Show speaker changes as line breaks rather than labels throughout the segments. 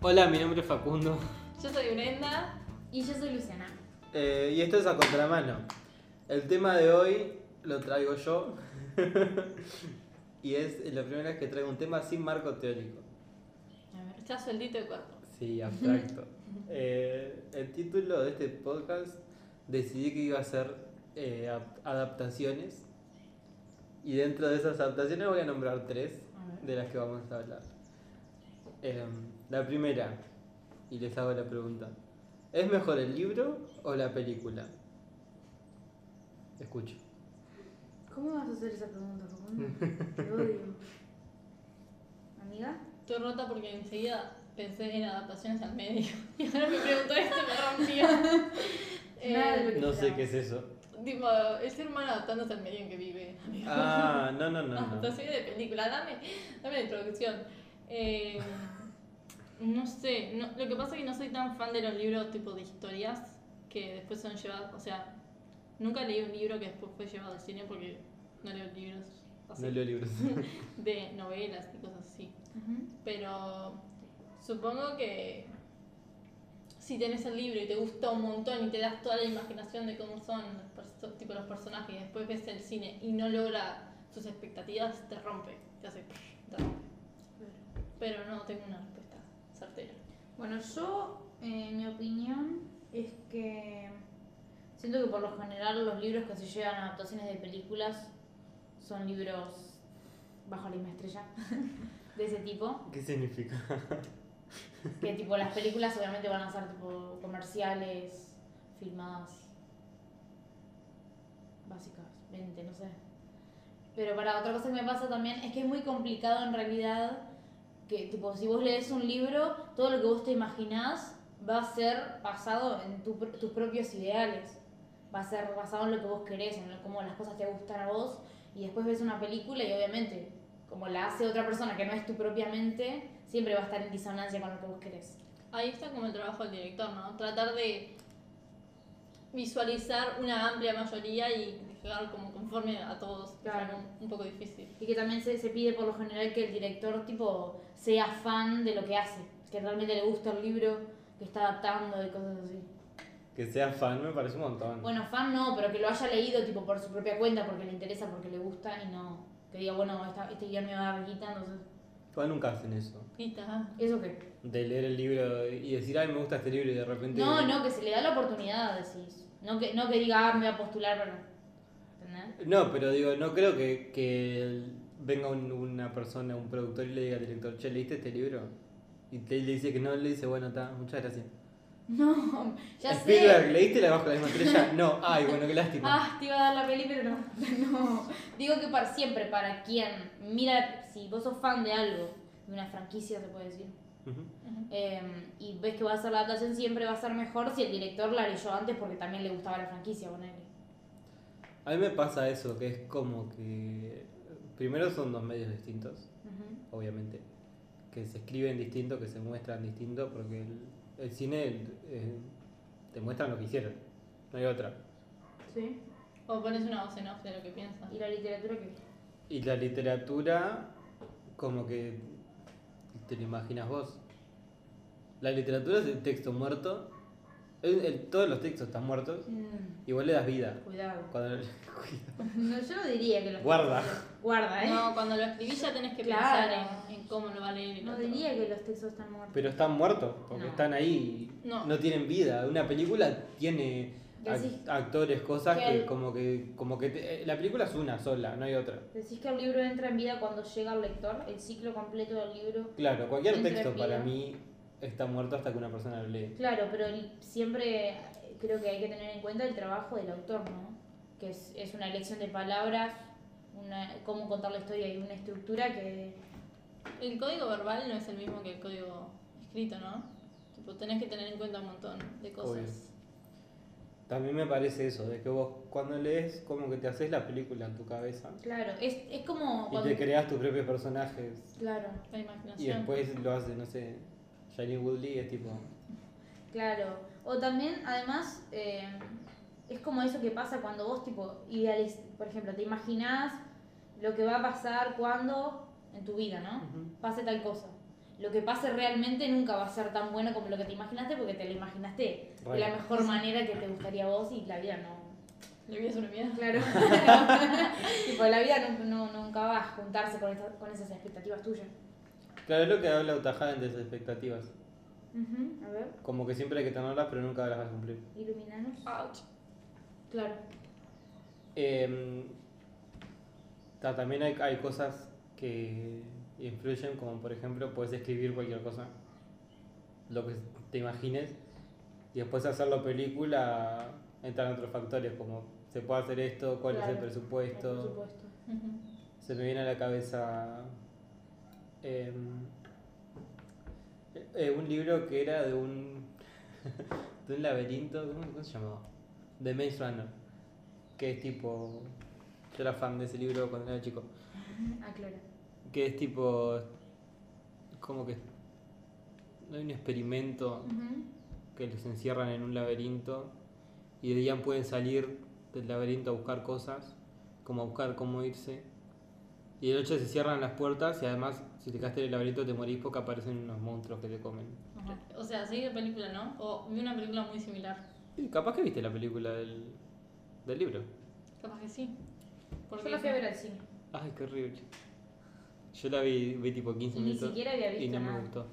Hola, mi nombre es Facundo.
Yo soy Brenda.
Y yo soy Luciana.
Eh, y esto es a contramano. El tema de hoy lo traigo yo. y es la primera vez que traigo un tema sin marco teórico.
A ver, está sueldito de cuerpo.
Sí, abstracto. Eh, el título de este podcast decidí que iba a ser eh, ap- adaptaciones. Y dentro de esas adaptaciones voy a nombrar tres de las que vamos a hablar. Em, la primera, y les hago la pregunta, ¿es mejor el libro o la película? Escucho.
¿Cómo vas a hacer esa pregunta, Facundo? Te odio. ¿Amiga?
Estoy rota porque enseguida pensé en adaptaciones al medio. Y ahora me preguntó esto y me rompió. Eh,
Nada de lo
No sé qué es eso.
Tipo, el ser humano adaptándose al medio en que vive. amigo.
Ah, no, no, no. no.
Adaptaciones de película, dame, dame la introducción. Eh, no sé, no- lo que pasa es que no soy tan fan de los libros tipo de historias que después son llevados, o sea, nunca leí un libro que después fue llevado al cine porque no leo libros así,
No leo libros.
de novelas y cosas así. Pero supongo que si tenés el libro y te gusta un montón y te das toda la imaginación de cómo son los, perso- tipo los personajes y después ves el cine y no logra sus expectativas, te rompe, te hace... te rompe. Pero no tengo una respuesta certera.
Bueno, yo, eh, mi opinión es que siento que por lo general los libros que se llevan a adaptaciones de películas son libros bajo la misma estrella, de ese tipo.
¿Qué significa?
Que tipo las películas obviamente van a ser tipo comerciales, filmadas básicamente, no sé. Pero para otra cosa que me pasa también es que es muy complicado en realidad que tipo si vos lees un libro, todo lo que vos te imaginás va a ser basado en tu pr- tus propios ideales. Va a ser basado en lo que vos querés, en lo- cómo las cosas te gustan a vos y después ves una película y obviamente como la hace otra persona que no es tu propia mente, siempre va a estar en disonancia con lo que vos querés.
Ahí está como el trabajo del director, ¿no? Tratar de visualizar una amplia mayoría y llegar como conforme a todos. Es
Claro.
algo un poco difícil.
Y que también se, se pide por lo general que el director tipo sea fan de lo que hace, que realmente le gusta el libro que está adaptando y cosas así.
Que sea fan me parece un montón.
Bueno, fan no, pero que lo haya leído tipo por su propia cuenta, porque le interesa, porque le gusta y no que diga, bueno, esta, este guión me va a dar guita, entonces...
Igual nunca hacen eso.
Guita.
¿Eso qué?
De leer el libro y decir, ay, me gusta este libro y de repente...
No, no, que se le da la oportunidad, decís. No que, no que diga, ah, me voy a postular para... ¿Entendés?
No, pero digo, no creo que, que el- venga un- una persona, un productor y le diga al director, che, ¿leíste este libro? Y te- le dice que no, le dice, bueno, está, muchas gracias.
No, ya sé.
Spielberg, ¿leíste la bajo la misma estrella? No, ay, bueno, qué lástima.
Ah, te iba a dar la peli, pero no. No. Digo que para siempre, para quien mira, si vos sos fan de algo, de una franquicia se puede decir,
Ujú.
eh, y ves que va a ser la adaptación, siempre va a ser mejor si el director la leyó antes porque también le gustaba la franquicia, ponele.
A mí me pasa eso, que es como que... Primero son dos medios distintos,
Ujú.
obviamente. Que se escriben distinto, que se muestran distinto, porque el, el cine eh, te muestran lo que hicieron. No hay otra.
Sí.
O pones una voz en off de lo que piensas.
¿Y la literatura qué?
Y la literatura, como que te lo imaginas vos. La literatura es el texto muerto. El- el- todos los textos están muertos.
Mm,
Y vos le das vida.
cuidado.
Cuando,
No, yo no diría que los
Guarda.
textos- Guarda, ¿eh? No,
No, cuando lo escribís ya tenés que
Claro.
pensar en, en cómo lo va a leer el otro.
diría que los textos están muertos.
pero están muertos, porque
No.
están ahí. y
No.
no tienen vida. Una película tiene ac-
Decís
actores, cosas
que
que,
el-
como que. como que te- eh, La película es una sola, no hay otra.
Decís que el libro entra en vida cuando llega al lector, el ciclo completo del libro
Claro, cualquier
Entra
texto
en
para
vida.
mí está muerto hasta que una persona lo lee.
Claro, pero el- siempre creo que hay que tener en cuenta el trabajo del autor, ¿no? Que es, es una elección de palabras, una, cómo contar la historia y una estructura que...
El código verbal no es el mismo que el código escrito, ¿no? Tipo, tenés que tener en cuenta un montón de cosas.
También me parece eso, de que vos cuando lees, como que te haces la película en tu cabeza.
Claro, es, es como...
Y
cuando-
te creas tus propios personajes.
Claro,
La
Y
imaginación.
después lo hace, no sé, Shailene Woodley es tipo.
claro. O también, además, eh, es como eso que pasa cuando vos, tipo, idealiz... Por ejemplo, te imaginás lo que va a pasar cuando en tu vida, ¿no?
Ujú.
Pase tal cosa. lo que pase realmente nunca va a ser tan bueno como lo que te imaginaste porque te lo imaginaste de la
Right.
mejor manera que te gustaría a vos y la vida no.
La vida es una mierda.
Claro. tipo, la vida no, no- nunca va a juntarse con, esta- con esas expectativas tuyas.
Claro, es lo que habla Utajada de sus expectativas.
A ver,
Como que siempre hay que tenerlas, pero nunca las vas a cumplir.
iluminanos.
Ouch.
Claro.
Eh, ta- también hay, hay cosas que influyen, como por ejemplo, puedes escribir cualquier cosa, lo que te imagines, y después de hacerlo película, entran otros factores, como se puede hacer esto, cuál es el
Claro.
presupuesto.
Por supuesto.
Ujú.
Se me viene a la cabeza eh, eh, un libro que era de un, de un laberinto, ¿cómo, cómo se llamaba? De Maze Runner, que es tipo, yo era fan de ese libro cuando era chico,
Ah, claro.
que es tipo, como que hay un experimento que los encierran en un laberinto y de día pueden salir del laberinto a buscar cosas, como a buscar cómo irse. Y de noche se cierran las puertas y además si te quedaste en el laberinto te morís porque aparecen unos monstruos que te comen.
Ajá.
O sea, seguí la película, ¿no? O vi una película muy similar.
Y capaz que viste la película del, del libro.
Capaz que sí.
Yo la fui a ver al cine.
Ay, qué horrible. Yo la vi, vi tipo 15
Y ni
minutos
siquiera había
y
visto
no
nada.
me gustó.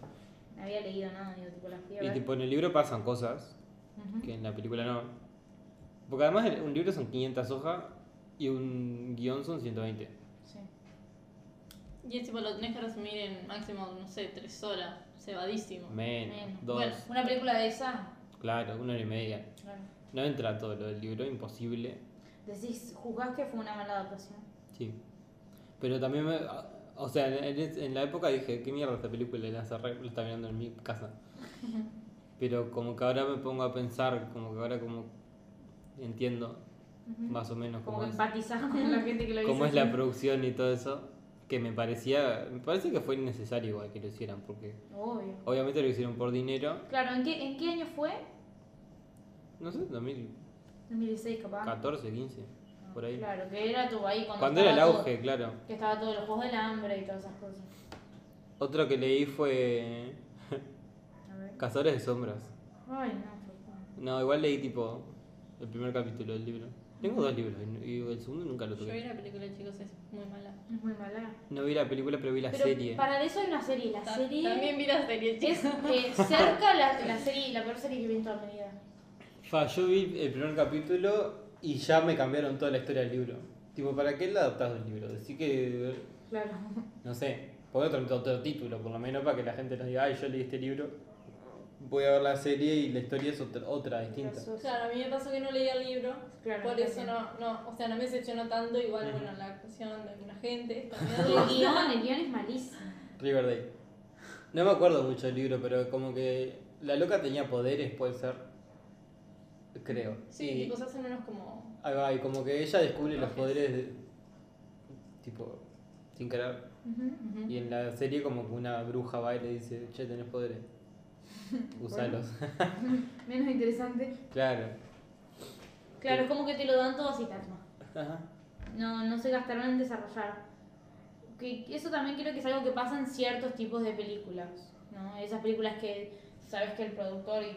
No había leído nada, digo, tipo, la fui a
Y
ver.
tipo en el libro pasan cosas
Ujú.
que en la película no. Porque además el- un libro son 500 hojas y un guión son 120.
Sí.
Y es tipo, lo tenés que resumir en máximo, no sé, tres horas. Cebadísimo.
Menos,
Menos.
dos,
Bueno.
Una película de esa,
claro, una hora y media.
claro.
No entra todo lo del libro, imposible.
Decís, juzgás que fue una mala adaptación.
Sí. Pero también me. ah, O sea, en, en- en la época dije, qué mierda esta película, la cerré, la está mirando en mi casa. Pero como que ahora me pongo a pensar, como que ahora como entiendo más o menos
Como
cómo
que
es,
empatizás con la gente que lo
cómo
hizo.
es la producción y todo eso. Que me parecía. Me parece que fue innecesario igual que lo hicieran, porque
Obvio.
obviamente lo hicieron por dinero.
Claro, ¿en qué, ¿en qué año fue?
No sé, 2014,
2016 capaz.
15, por ahí.
Claro, que era tu ahí cuando,
Cuando era el
estaba
auge, claro.
todo- que estaba todos los juegos del hambre y todas esas cosas.
Otro que leí fue
A ver.
Cazadores de Sombras.
Ay, no, por favor.
No, igual leí tipo el primer capítulo del libro. Tengo dos libros y y el segundo nunca lo
Yo vi
tuve.
la película, chicos, es muy mala.
Es muy mala.
No vi la película, pero vi la
Pero
serie.
para eso hay una serie. La
Ta-
serie
También vi la serie,
es
chicos.
eh, cerca la, la serie, la peor serie que he visto en mi vida.
Fa, yo vi el primer capítulo y ya me cambiaron toda la historia del libro. Tipo, ¿para qué la adaptás del libro? Así que,
Claro.
no sé, pon otro, otro título, por lo menos para que la gente nos diga, ay, yo leí este libro, voy a ver la serie y la historia es otra, otra distinta.
Gracioso.
Claro, a mí me pasó que no leía el libro.
Claro,
por eso
también.
no, no, o sea, no me decepcionó tanto. Igual,
Ujú.
bueno, la actuación de alguna gente. esta
El
mierda.
guión, el guión es malísimo.
Riverdale. No me acuerdo mucho del libro, pero como que la loca tenía poderes, puede ser. Creo.
sí,
Y-
tipo, se hacen unos como.
Ahí va, y como que ella descubre los
Trajes.
poderes de- tipo sin querer. Y en la serie como que una bruja va y le dice, che, tenés poderes. Usalos.
Menos interesante.
claro.
Claro, es como que te lo dan todo así, Tatma.
Ajá.
No, no se gastaron en desarrollar. Que que eso también creo que es algo que pasa en ciertos tipos de películas, ¿no? Esas películas que sabes que el productor y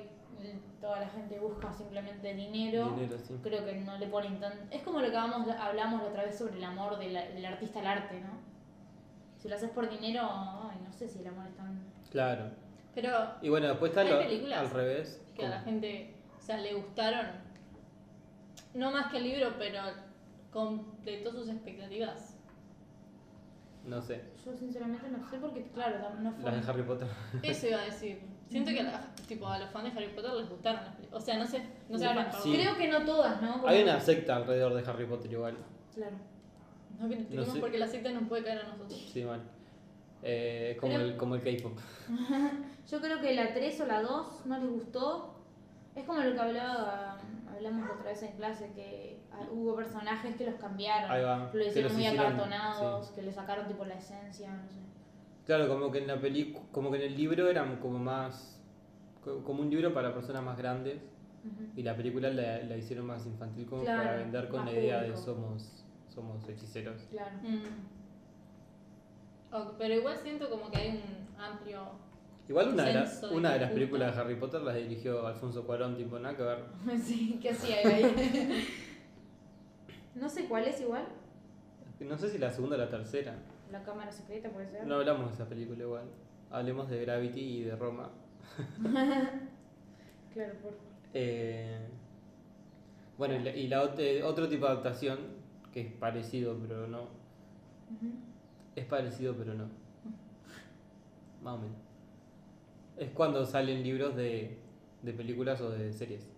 l- toda la gente busca simplemente dinero.
Dinero, sí.
Creo que no le ponen tan... Es como lo que hablamos, hablamos la otra vez sobre el amor del, del artista al arte, ¿no? Si lo haces por dinero, ay, no sé si el amor es tan...
Claro.
Pero
Y bueno, después está
Hay
lo-
películas
al revés.
que a la
como-
gente, o sea, le gustaron. No más que el libro, pero completó sus expectativas.
No sé.
Yo sinceramente no sé porque, claro, tam- no fue...
Las de Harry Potter.
Eso iba a decir. Siento que a, la- tipo, a los fans de Harry Potter les gustaron las películas. O sea, no sé. No sé
Claro,
fan,
Sí.
Creo que no todas, ¿no? Como-
Hay una secta alrededor de Harry Potter igual.
Claro.
perdón. No critiquemos
No sé.
porque la secta nos puede caer a nosotros.
Sí, mal. Eh, como
Pero-
el, como el K-pop.
Yo creo que la 3 o la 2 no les gustó. Es como lo que hablaba, hablamos otra vez en clase, que ah, hubo personajes que los cambiaron.
Ahí va,
Lo
que
hicieron
los
muy
hicieron,
acartonados, que le sacaron tipo la esencia, no sé.
Claro, como que en la película, como que en el libro eran como más co- como un libro para personas más grandes
Ujú.
y la película la, la hicieron más infantil como
Claro,
para vender con
más
la idea de
público.
somos somos hechiceros.
Claro.
Mm. O- Mm. pero igual siento como que hay un amplio.
Igual una de, las,
Senso de
una de
que
las
justo-
películas de Harry Potter las dirigió Alfonso Cuarón, tipo, nada que ver.
sí, ¿qué hacía él ahí? no sé cuál es igual.
No sé si la segunda o la tercera.
La cámara secreta puede ser.
No hablamos de esa película igual. Hablemos de Gravity y de Roma.
Claro, por
Eh, bueno, y la, y la ot- eh, otro tipo de adaptación, que es parecido pero no. Es parecido pero no. Más o menos. Es cuando salen libros de, de películas o de series.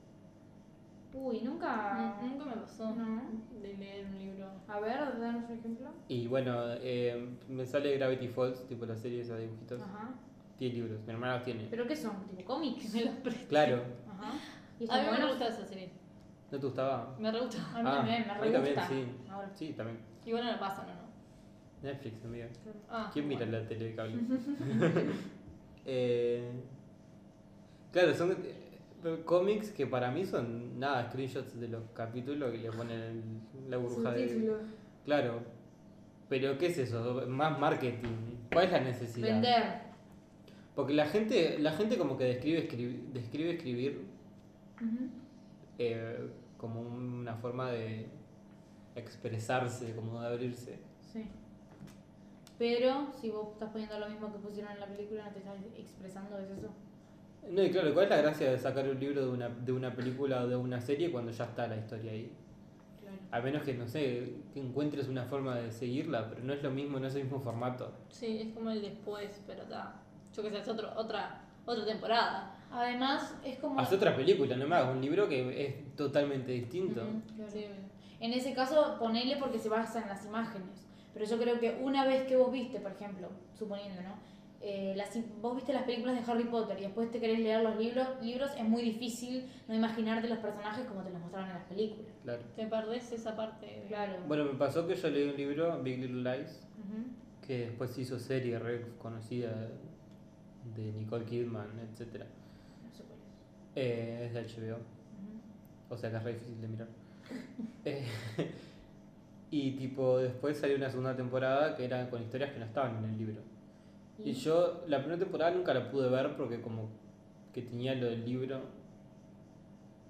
Uy, nunca.
Nu- Nunca me pasó
No.
de leer un libro.
A ver, danos un ejemplo.
Y bueno, eh, me sale Gravity Falls, tipo la serie esa de dibujitos.
Ajá.
Tiene libros, mi hermana los tiene.
Ah. ¿Pero qué son? ¿Tipo
Que
cómics?
me los presté.
Claro,
Ajá. ¿Y
A
están
mí me
buenos?
gusta esa serie.
¿no te gustaba?
Me re gusta.
A mí
Ah,
también, me
a
re
mí también,
gusta.
sí.
Ahora.
Sí, también.
Igual no la pasan o no.
Netflix también.
Ah,
¿Quién mira
bueno.
la tele de cable? Eh, claro, son eh, cómics que para mí son nada, screenshots de los capítulos que le ponen el- la burbuja de.
Subtítulo.
Claro. Pero ¿qué es eso? Más marketing. ¿Cuál es la necesidad?
Vender.
Porque la gente, la gente como que describe escribir, describe escribir eh, como una forma de expresarse, como de abrirse.
Sí. Pero si vos estás poniendo lo mismo que pusieron en la película, no te estás expresando, ¿es eso?
No, y claro, ¿cuál es la gracia de sacar un libro de una, de una película o de una serie cuando ya está la historia ahí?
Claro.
A menos que, no sé, que encuentres una forma de seguirla, pero no es lo mismo, no es el mismo formato.
Sí, es como el después, pero está. Yo qué sé, es otro, otra, otra temporada.
Además, es como.
Haz otra película, no me hagas un libro que es totalmente distinto.
Ujú,
Claro.
sí.
En ese caso, ponele porque se basa en las imágenes. Pero yo creo que una vez que vos viste, por ejemplo, suponiendo, ¿no? Eh, las, im- vos viste las películas de Harry Potter y después te querés leer los libros, libros, es muy difícil no imaginarte los personajes como te los mostraron en las películas.
Claro.
Te perdés esa parte. de-
Claro.
Bueno, me pasó que yo leí un libro, Big Little Lies, que después se hizo serie re conocida de Nicole Kidman, etc.
No sé cuál es.
Eh, es de HBO,
Ujú.
o sea que es re difícil de mirar. Eh, y tipo, después salió una segunda temporada que era con historias que no estaban en el libro. Y yo la primera temporada nunca la pude ver porque como que tenía lo del libro.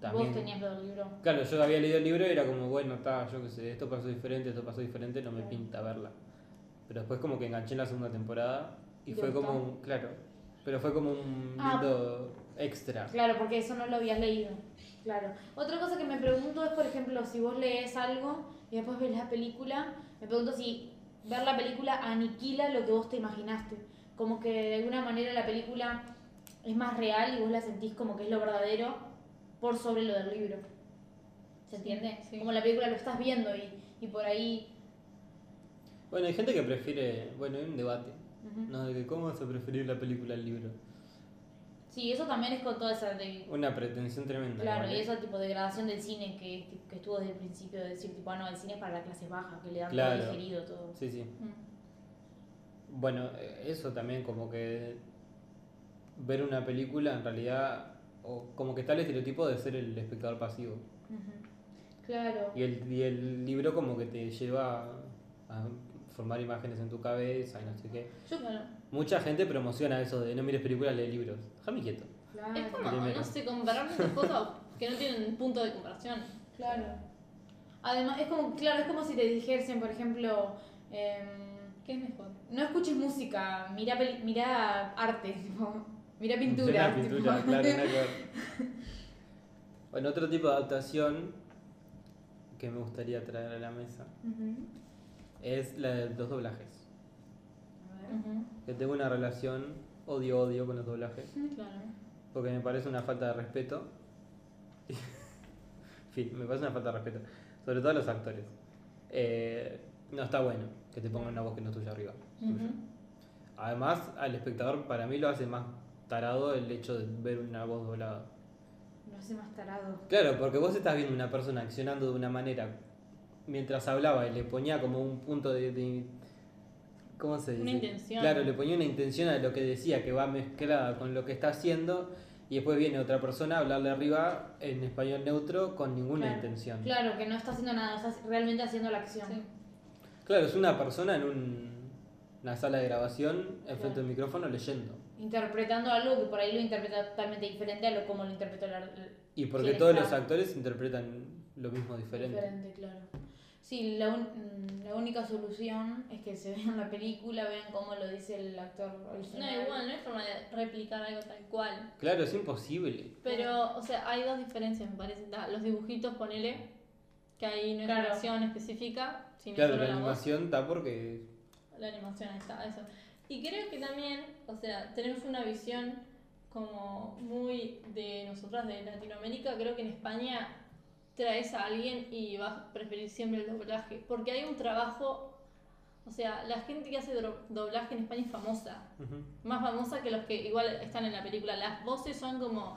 También.
Vos tenías lo del libro.
Claro, yo había leído el libro y era como, bueno, está, yo qué sé, esto pasó diferente, esto pasó diferente, no me
Claro.
pinta verla. Pero después como que enganché en la segunda temporada y
¿Y te
fue como
gustó?
un, claro, pero fue como un
Ah.
lindo extra.
Claro, porque eso no lo habías leído. Claro. Otra cosa que me pregunto es, por ejemplo, si vos lees algo y después ves la película, me pregunto si ver la película aniquila lo que vos te imaginaste. Como que de alguna manera la película es más real y vos la sentís como que es lo verdadero por sobre lo del libro. ¿Se entiende?
sí.
Como la película lo estás viendo y, y por ahí...
Bueno, hay gente que prefiere, bueno, hay un debate,
Ujú.
¿no? De que cómo vas a preferir la película al libro.
Sí, eso también es con toda esa... de-
Una pretensión tremenda.
Claro,
igual,
y
¿eh?
esa tipo degradación del cine que, que estuvo desde el principio, de decir tipo, ah, no, el cine es para las clases bajas, que le dan
Claro.
todo digerido, todo.
Sí, sí.
Mm.
Bueno, eh, eso también como que ver una película en realidad, o como que está el estereotipo de ser el espectador pasivo.
Ujú. Claro,
Y el, y el libro como que te lleva a formar imágenes en tu cabeza y no sé qué.
Yo-
Claro.
Mucha gente promociona eso de no mires películas, lee libros. Déjame quieto.
claro,
Es como,
Primero.
no sé, comparar muchas cosas que no tienen punto de comparación.
claro. Además, es como, claro, es como si te dijesen, por ejemplo, em,
¿Qué es mejor?
no escuches música, mira, peli- mira arte, tipo, mira pintura.
Una pintura,
tipo.
claro, nada que ver. Bueno, otro tipo de adaptación que me gustaría traer a la mesa
Ujú.
es la de los doblajes.
A ver.
Yo tengo una relación odio-odio con los doblajes.
Claro.
Porque me parece una falta de respeto. En fin, me parece una falta de respeto. Sobre todo a los actores. Eh, no está bueno que te pongan una voz que no es tuya arriba. tuya.
Ujú.
Además, al espectador para mí lo hace más tarado el hecho de ver una voz doblada.
Lo hace más tarado.
Claro, porque vos estás viendo una persona accionando de una manera mientras hablaba y le ponía como un punto de. de- ¿Cómo se dice?
Una intención.
Claro, le ponía una intención a lo que decía, que va mezclada con lo que está haciendo, y después viene otra persona a hablarle arriba en español neutro con ninguna
Claro.
intención.
Claro, que no está haciendo nada, estás realmente haciendo la acción.
Sí.
Claro, es una persona en un. la sala de grabación, enfrente del micrófono, leyendo.
Interpretando algo que por ahí lo interpreta totalmente diferente a lo como lo interpretó el ar- el-
Y porque
quien
todos
está
los actores interpretan lo mismo diferente.
Diferente, claro. Sí, la, un- mm, la única solución es que se vean la película, vean cómo lo dice el actor
No,
original.
igual, no hay forma de replicar algo tal cual.
Claro, es imposible.
Pero, o sea, hay dos diferencias, me parece. Da, Los dibujitos, ponele, que ahí no hay
Claro.
animación específica, sino
Claro,
solo
la
la voz.
animación está porque.
La animación, ahí está, eso. Y creo que también, o sea, tenemos una visión como muy de nosotras de Latinoamérica. Creo que en España traes a alguien y vas a preferir siempre el doblaje. Porque hay un trabajo, o sea, la gente que hace dro- doblaje en España es famosa.
Ujú.
Más famosa que los que igual están en la película. Las voces son como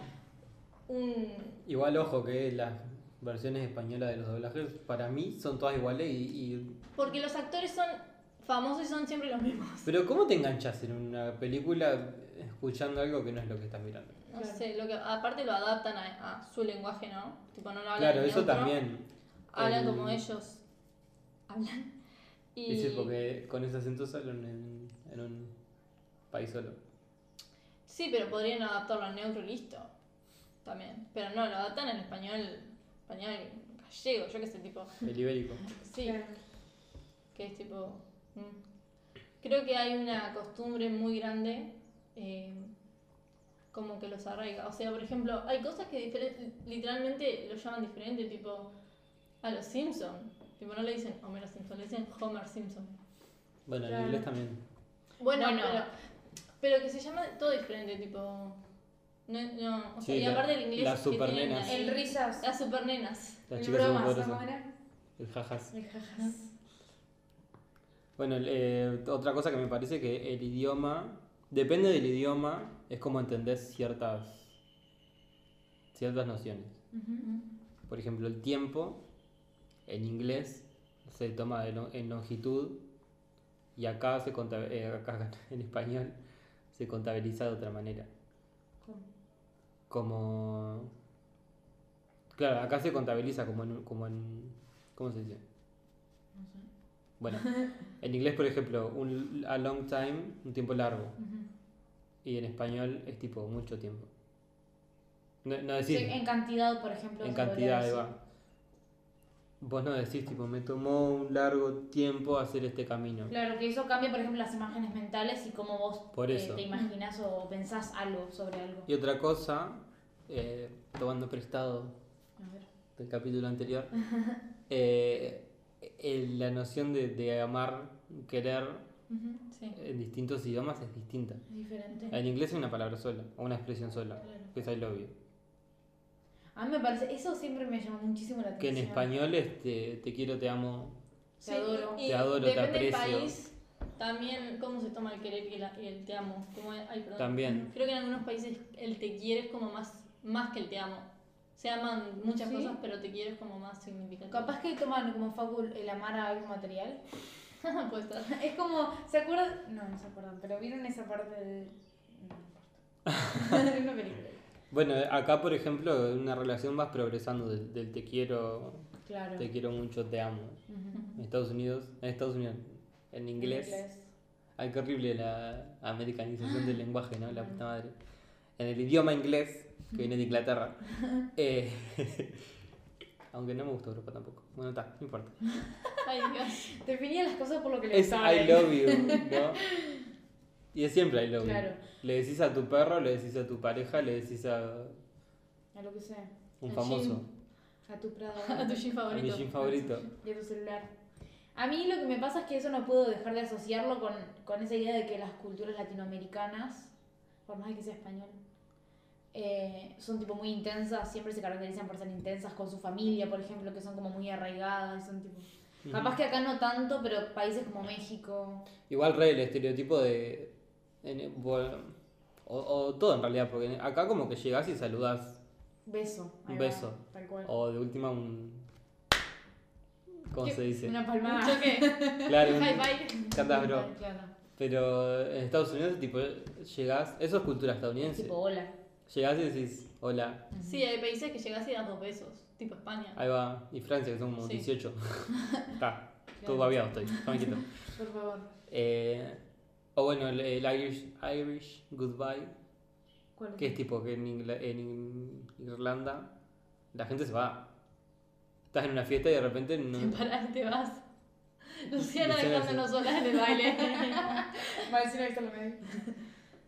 un,
Igual, ojo, que las versiones españolas de los doblajes para mí son todas iguales y. y-
Porque los actores son famosos y son siempre los mismos.
Pero, ¿cómo te enganchas en una película escuchando algo que no es lo que estás mirando?
No
Claro.
sé, lo que, aparte lo adaptan a, a su lenguaje, ¿no? Tipo, no lo hablan
Claro,
ni
eso
otro,
también.
Hablan
El-
como ellos hablan. Y,
Y sí, porque con ese acento salen en, en un país solo.
Sí, pero podrían adaptarlo al neutro y listo. También. Pero no, lo adaptan en español, español gallego, yo qué sé, tipo.
Mm.
El ibérico.
Sí.
Claro.
que es tipo... mm. Creo que hay una costumbre muy grande eh, como que los arraiga. O sea, por ejemplo, hay cosas que diferen- literalmente lo llaman diferente, tipo a los Simpson. Tipo, no le dicen Homero Simpson, le dicen Homer Simpson.
Bueno, en
Claro.
inglés también.
Bueno,
Bueno.
Pero, pero que se llama todo diferente, tipo... No, no, o sea,
Sí,
y
la-
aparte el inglés...
las
que tienen
supernenas.
ahí,
El risas.
Las supernenas.
Las
el
chicas son
bromas, ¿no?
poderosas.
era?
El jajas.
El jajas.
Bueno, el, eh, otra cosa que me parece que el idioma, depende del idioma, es como entendés ciertas, ciertas nociones.
Ujú.
Por ejemplo, el tiempo en inglés se toma de lo- en longitud y acá, se conta- eh, acá en español se contabiliza de otra manera.
¿Cómo?
Como... Claro, acá se contabiliza como en... Como en ¿Cómo se dice?
No sé.
Bueno, en inglés, por ejemplo, un a long time, un tiempo largo.
Ujú.
Y en español es tipo mucho tiempo. No, no
Sí,
decís
En cantidad, por ejemplo.
en
se podría
cantidad, ahí
decir.
va. Vos no decís tipo, me tomó un largo tiempo hacer este camino.
Claro, que eso cambia, por ejemplo, las imágenes mentales y cómo vos
Por
eh,
eso.
te imaginas o pensás algo sobre algo.
Y otra cosa, eh, tomando prestado
A ver.
del capítulo anterior, eh, el- la noción de, de amar, querer
Ujú.
Sí.
en distintos idiomas es distinta.
Es diferente.
En inglés es una palabra sola, o una expresión sola,
Claro.
que es I love you.
A mí me parece, eso siempre me llamó muchísimo la
Que
atención.
en español es te, te quiero, te amo.
Te adoro.
y
Te adoro, te
depende del
aprecio.
país, también cómo se toma el querer y, la- y el te amo. Como, ay, perdón.
También.
Creo que en algunos países el te quiere es como más, más que el te amo. Se aman muchas
Sí.
cosas, pero te quiero es como más significativo.
Capaz que toman como Facu el amar a algún material.
Puede estar.
Es como, ¿se acuerdan? No, no se acuerdan, pero vieron esa parte de. No, no importa. una película.
Bueno, acá por ejemplo, en una relación vas progresando del, del te quiero,
Claro.
te quiero mucho, te amo.
Ujú.
En Estados Unidos, en Estados Unidos, en inglés. Ay, qué horrible la americanización del lenguaje, ¿no? La puta madre. En el idioma inglés, que viene de Inglaterra. eh, aunque no me gusta Europa tampoco. Bueno, está, no importa.
Ay, Dios.
Definía las cosas por lo que le
Es
gustaban.
I love you, ¿no? Y es siempre I love
Claro.
you. Le decís a tu perro, le decís a tu pareja, le decís a
A lo que sea.
un
Al
famoso,
gym.
A tu prado.
A tu jean
a mi
favorito.
gym favorito.
de tu celular. A mí lo que me pasa es que eso no puedo dejar de asociarlo con, con esa idea de que las culturas latinoamericanas, por más de que sea español, eh, son tipo muy intensas, siempre se caracterizan por ser intensas con su familia, por ejemplo, que son como muy arraigadas, son tipo...
Ujú.
Capaz que acá no tanto, pero países como México...
Igual re el estereotipo de. en- bueno, o, o todo en realidad, porque acá como que llegás y saludás.
Beso. ahí
Un
va,
beso.
Tal cual.
O de última un. ¿Cómo
¿Qué?
se dice?
Una
Un
palmada.
choque.
Claro, un-
High five.
Cantas, bro.
Claro.
Pero en Estados Unidos, tipo, llegás. Eso es cultura estadounidense.
Tipo, hola.
Llegás y decís, hola,
Sí, hay países que llegas y das dos besos. Tipo España.
ahí va. Y Francia, que son como
Sí.
18. Está, todo
Claro.
babiado estoy, tranquilo.
Por favor.
Eh, O bueno, el, el Irish, Irish Goodbye,
¿Cuál es?
que es tipo que en, Ingla- en In- Irlanda la gente se va. Estás en una fiesta y de repente no.
Te parás y te vas. Luciana
Luciana,
dejándonos solas en el baile.
Marcelo está en la medio.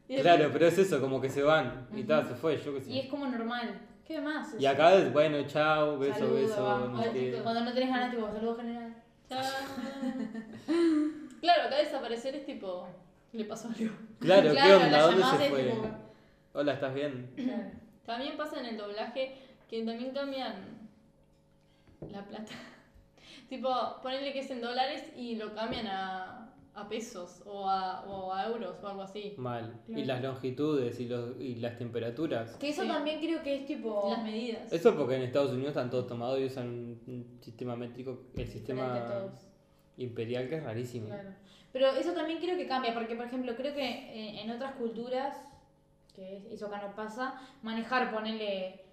Y después-
Claro, pero es eso, como que se van y
Ujú.
tal, se fue, yo qué
Y es
sé.
como normal. ¿Qué más?
Y acá es, bueno, chao, beso,
Saludo,
beso,
vamos.
no sé qué.
Cuando no tenés ganas, tipo, saludo general.
Chao. claro, acá desaparecer es tipo. Le pasó algo.
Claro, ¿qué
Claro, la
onda? ¿Dónde
llamás
se
es
fue?
como-
Hola, ¿estás bien?
Claro.
También pasa en el doblaje que también cambian la plata. tipo, ponerle que es en dólares y lo cambian a, a pesos o a, o a euros o algo así.
Mal.
Claro.
Y las longitudes y, los, y las temperaturas.
Que eso
Sí.
también creo que es tipo.
Las medidas.
Eso porque en Estados Unidos están todos tomados y usan un- un sistema métrico, el
diferente a
sistema
todos.
imperial que es rarísimo.
Claro. Pero eso también creo que cambia, porque por ejemplo, creo que eh, en otras culturas, que es- eso acá no pasa, manejar, ponerle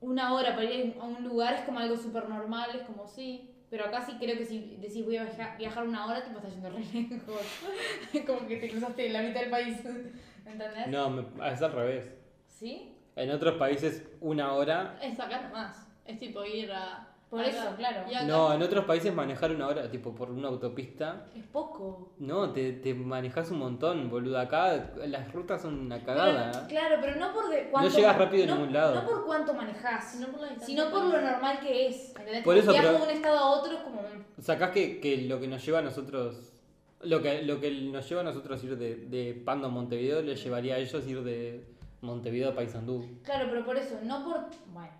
una hora para ir a un lugar es como algo súper normal, es como sí. Pero acá sí creo que si decís voy a viaja- viajar una hora, tipo estás yendo re lejos.
Como que te cruzaste la mitad del país. ¿Entendés?
No, me- es al revés.
¿Sí?
En otros países una hora.
Es acá nomás. Es tipo ir a.
Por
acá.
eso, claro.
Y acá-
No, en otros países manejar una hora, tipo por una autopista.
Es poco.
No, te, te manejas un montón, boludo. Acá las rutas son una cagada. ¿eh?
Pero- eh, claro, pero no por de cuánto.
llegas rápido a
no-
ningún lado.
No por cuánto manejás,
Sino por la distancia.
sino por lo normal que es. ¿entendés?
Por
Tipo,
eso,
viajo
pero-
de un estado a otro es como un
Sacás que, que lo que nos lleva a nosotros. Lo que, lo que nos lleva a nosotros ir de, de Pando a Montevideo, le llevaría a ellos ir de Montevideo a Paysandú.
Claro, pero por eso, no por. Bueno,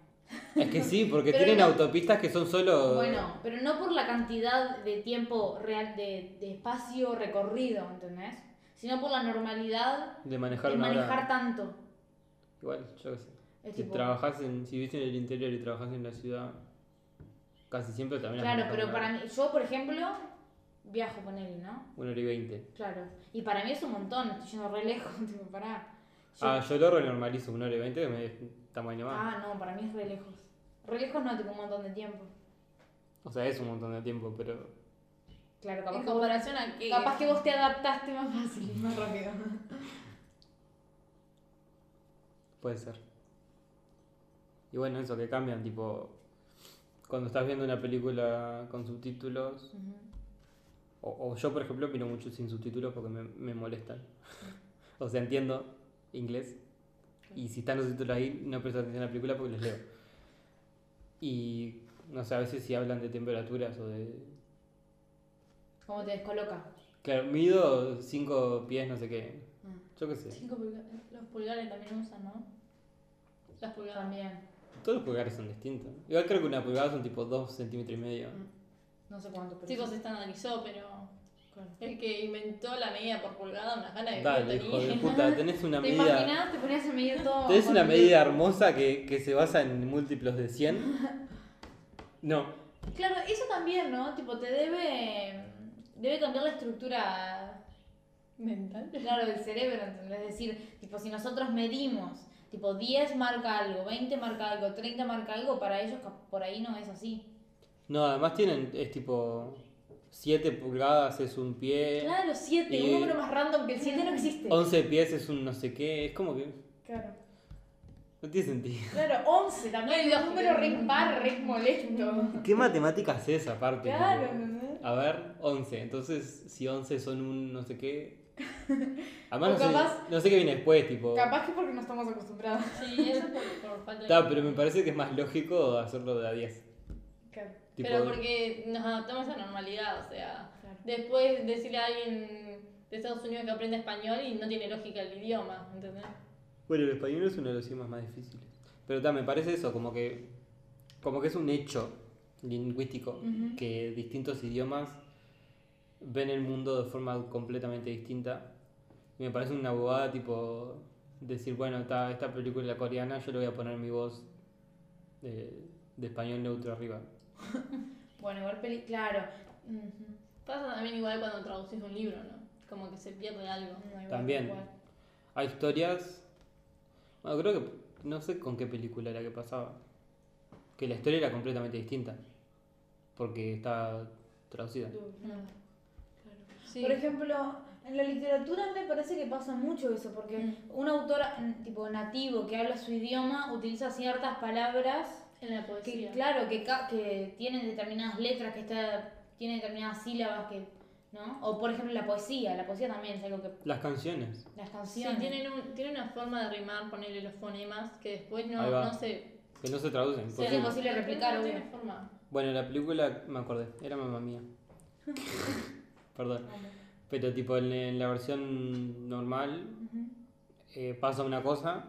Es que sí, porque
Pero
tienen
no-
autopistas que son solo.
bueno, pero no por la cantidad de tiempo real, de, de espacio recorrido, ¿entendés? Sino por la normalidad
De manejar
de
una hora.
manejar tanto.
Igual, yo qué sé.
Es
Si
tipo-
trabajas en. Si vivís en el interior y trabajas en la ciudad, casi siempre también has
claro,
manejado
pero
una
para
hora.
mí, yo por ejemplo, viajo con él, ¿no?
Una hora y veinte.
Claro. Y para mí es un montón, estoy yendo re lejos, tipo, pará. Yo-
Ah, yo lo renormalizo, una hora y veinte, que me tamaño más.
ah, no, para mí es re lejos. Re lejos no, tipo un montón de tiempo.
O sea, es un montón de tiempo, pero.
Claro, capaz
En
que, vos,
comparación a que.
capaz que vos te adaptaste más fácil.
Más rápido.
Puede ser. Y bueno, eso que cambian, tipo. Cuando estás viendo una película con subtítulos. O, o yo, por ejemplo, miro mucho sin subtítulos porque me, me molestan. o sea, entiendo inglés. Y si están los subtítulos ahí, no presto atención a la película porque los leo. Y no sé, a veces si hablan de temperaturas o de.
Como te descoloca.
Claro, mido 5 pies, no sé qué. Yo qué sé.
Cinco pulga- Los pulgares también usan, ¿no? Las pulgadas.
También.
Todos los pulgares son distintos. Igual creo que una pulgada son tipo 2 centímetros y medio.
No sé cuánto, pero.
Chicos, se estandarizó, pero.
Claro.
El que inventó la medida por pulgada, una gana
Eh,
de
Dale,
tenía.
hijo de puta, tenés una
¿Te
medida.
imaginas? Te ponías a medir todo.
Tenés
con
una
el-
medida hermosa que, que se basa en múltiplos de 100. No,
Claro, eso también, ¿no? Tipo, te debe. Debe cambiar la estructura,
Mental.
claro, del cerebro, ¿entendés? Es decir, tipo, si nosotros medimos, tipo, 10 marca algo, 20 marca algo, 30 marca algo, para ellos cap- por ahí no es así.
No, además tienen, es tipo 7 pulgadas es un pie,
Claro, 7,
Eh, Y-
un número más random que el 7 no existe.
11 pies es un no sé qué, es como que
Claro.
no tiene sentido.
Claro, 11 también, los números re impar, re molesto.
¿Qué matemática es esa aparte?
Claro,
boludo?
¿no?
A ver, 11, entonces si 11 son un no sé qué... Además
O
no, sé- no
capaz-
sé, qué viene después, tipo...
Capaz que porque no estamos acostumbrados.
Sí, eso por, por falta de.
Está, pero me parece que es más lógico hacerlo de a 10.
Claro.
Tipo,
Pero porque nos adaptamos a la normalidad, o sea.
Claro.
Después decirle a alguien de Estados Unidos que aprenda español y no tiene lógica el idioma, ¿entendés?
Bueno, el español es uno de los idiomas más difíciles. Pero también me parece eso, como que, como que es un hecho lingüístico
Ujú.
que distintos idiomas ven el mundo de forma completamente distinta. Y me parece una bobada tipo decir, bueno, ta- esta película coreana yo le voy a poner mi voz de, de español neutro arriba.
Bueno, igual peli. Claro. Ujú.
Pasa también igual cuando traducís un libro, ¿no? Como que se pierde algo.
No, igual,
También.
igual.
Hay historias. Bueno, creo que. No sé con qué película era que pasaba. Que la historia era completamente distinta. Porque está traducida.
Claro.
Sí, Sí.
Por ejemplo, en la literatura me parece que pasa mucho eso, porque
Mm.
un autor mm, tipo nativo que habla su idioma utiliza ciertas palabras
en la
que,
poesía.
claro, que, ca- que tienen determinadas letras, que está, tienen determinadas sílabas, que, ¿no? O por ejemplo la poesía, la poesía también es algo que
Las canciones.
las
Sí,
canciones.
tienen, un- tienen una forma de rimar, ponerle los fonemas, que después no,
Ahí va.
no se...
Que no se traducen.
o
porque-
sea,
imposible
no
replicar,
tiene
obvio.
forma.
Bueno, la película, me acordé, era mamá mía. Perdón. Pero tipo en, en la versión normal eh, pasa una cosa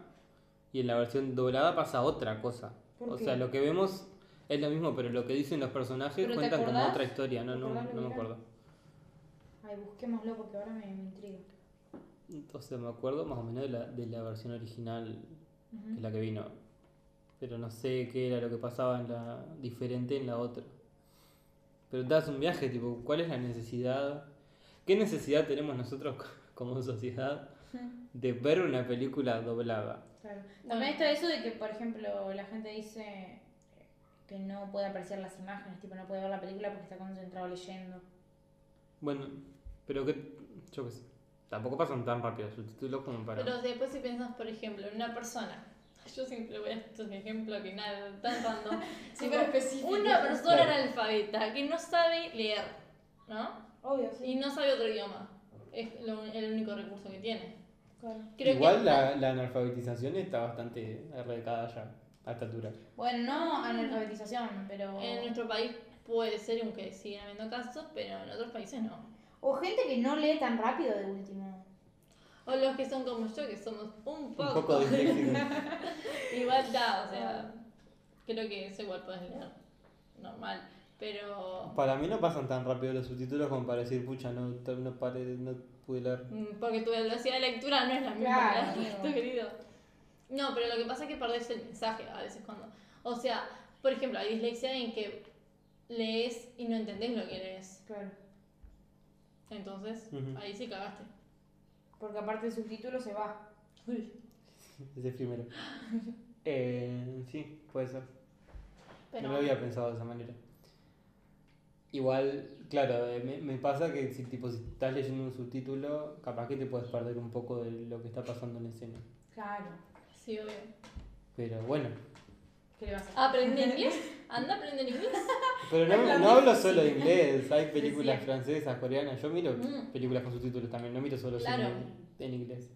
y en la versión doblada pasa otra cosa.
¿Por
o
qué?
sea, lo que vemos es lo mismo, pero lo que dicen los personajes
¿Pero te
cuentan como
acordás?
otra historia. No,
¿Te
no,
acordás lo
no me
que era?
acuerdo.
Ay, busquémoslo porque ahora me, me intriga.
Entonces me acuerdo más o menos de la, de la versión original, que es la que vino. Pero no sé qué era lo que pasaba en la diferente en la otra. Pero te das un viaje, tipo, ¿cuál es la necesidad? ¿Qué necesidad tenemos nosotros co- como sociedad de ver una película doblada?
Claro.
Bueno.
También está eso de que, por ejemplo, la gente dice eh, que no puede apreciar las imágenes, tipo no puede ver la película porque está concentrado leyendo.
Bueno, pero que yo qué sé. Tampoco pasan tan rápido subtítulos como para.
Pero después si piensas, por ejemplo, en una persona, yo siempre voy a esto es mi ejemplo que nada, tan random. Tipo,
Súper específico.
Una persona
Claro.
analfabeta que no sabe leer, ¿no?
Obvio,
Y
sí.
no sabe otro idioma. Es lo- el único recurso que tiene.
Claro.
Creo
Igual
que,
la, la analfabetización está bastante arraigada ya, a esta altura.
Bueno, no analfabetización, pero...
En nuestro país puede ser, aunque sigan habiendo casos, pero en otros países no.
O gente que no lee tan rápido de último.
O los que son como yo, que somos un poco,
Un poco disléxico.
igual da, o
Ah.
sea, creo que eso igual puedes leer normal, pero
Para mí no pasan tan rápido los subtítulos como para decir, pucha, no, no, pare- no pude leer.
mm, porque tu velocidad de lectura no es la misma
Claro,
que la de
amigo.
tu querido. No, pero lo que pasa es que perdés el mensaje a veces cuando, o sea, por ejemplo, hay dislexia en que lees y no entendés lo que lees,
Claro.
entonces
Ujú.
ahí sí cagaste.
Porque aparte el subtítulo se va.
Ese es primero. Eh, sí, puede ser.
Pero
No lo había pensado de esa manera. Igual, claro, eh, me, me pasa que si, tipo, si estás leyendo un subtítulo, capaz que te puedes perder un poco de lo que está pasando en la escena.
Claro.
sí, obvio.
Pero bueno.
¿Qué le vas a hacer?
Aprende inglés, anda aprende inglés.
Pero
Es
no,
tan
no hablo
difícil.
solo de inglés, hay películas
Sí.
francesas, coreanas. Yo miro
Mm.
películas con subtítulos también, no miro solo cine
Claro.
en inglés.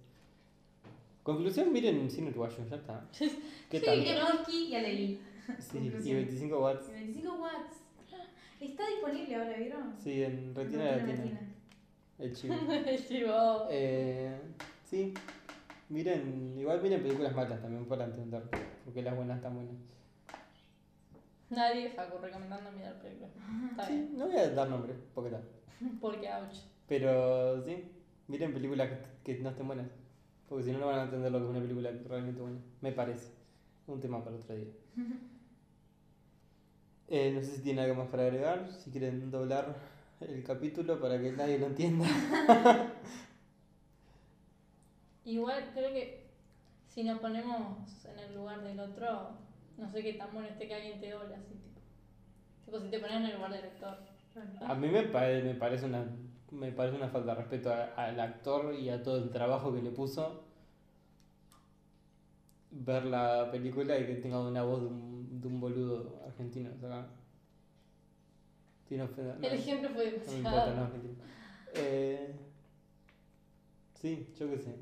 Conclusión, miren cine uruguayo, ya está. ¿Qué
Sí,
tal?
que-
Eroski y Aleí.
Sí, y
conclusión.
25 watts.
25 watts.
Está disponible ahora, ¿vieron?
Sí, en Retina
No, no,
Latina.
Latina.
El chivo.
Chivo.
eh, sí. Miren, igual miren películas malas también para entender. Porque las buenas están buenas.
Nadie, Facu, recomendando mirar películas. Está
Sí,
bien.
no voy a dar nombres, porque tal.
Porque, ouch.
Pero sí, miren películas que, que no estén buenas. Porque si no, no van a entender lo que es una película realmente buena. Me parece. Un tema para otro día. Eh, no sé si tienen algo más para agregar. Si quieren doblar el capítulo para que nadie lo entienda.
Igual creo que si nos ponemos en el lugar del otro, no sé qué tan bueno esté que alguien te doble así, tipo. Tipo, si te pones en el lugar del actor.
A mí me, pare- me parece una me parece una falta de respeto a- al actor y a todo el trabajo que le puso ver la película y que tenga una voz de un, de un boludo argentino. O sea, sin ofender- no,
El ejemplo fue
no me importa,
demasiado.
no es argentino. Eh, sí, yo qué sé.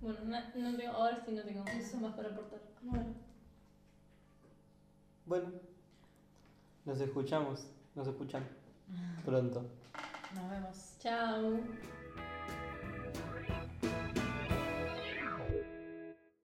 Bueno, na- no tengo, ahora sí no tengo más, más para aportar.
Bueno.
Bueno, nos escuchamos, nos escuchan pronto.
Nos vemos.
Chao.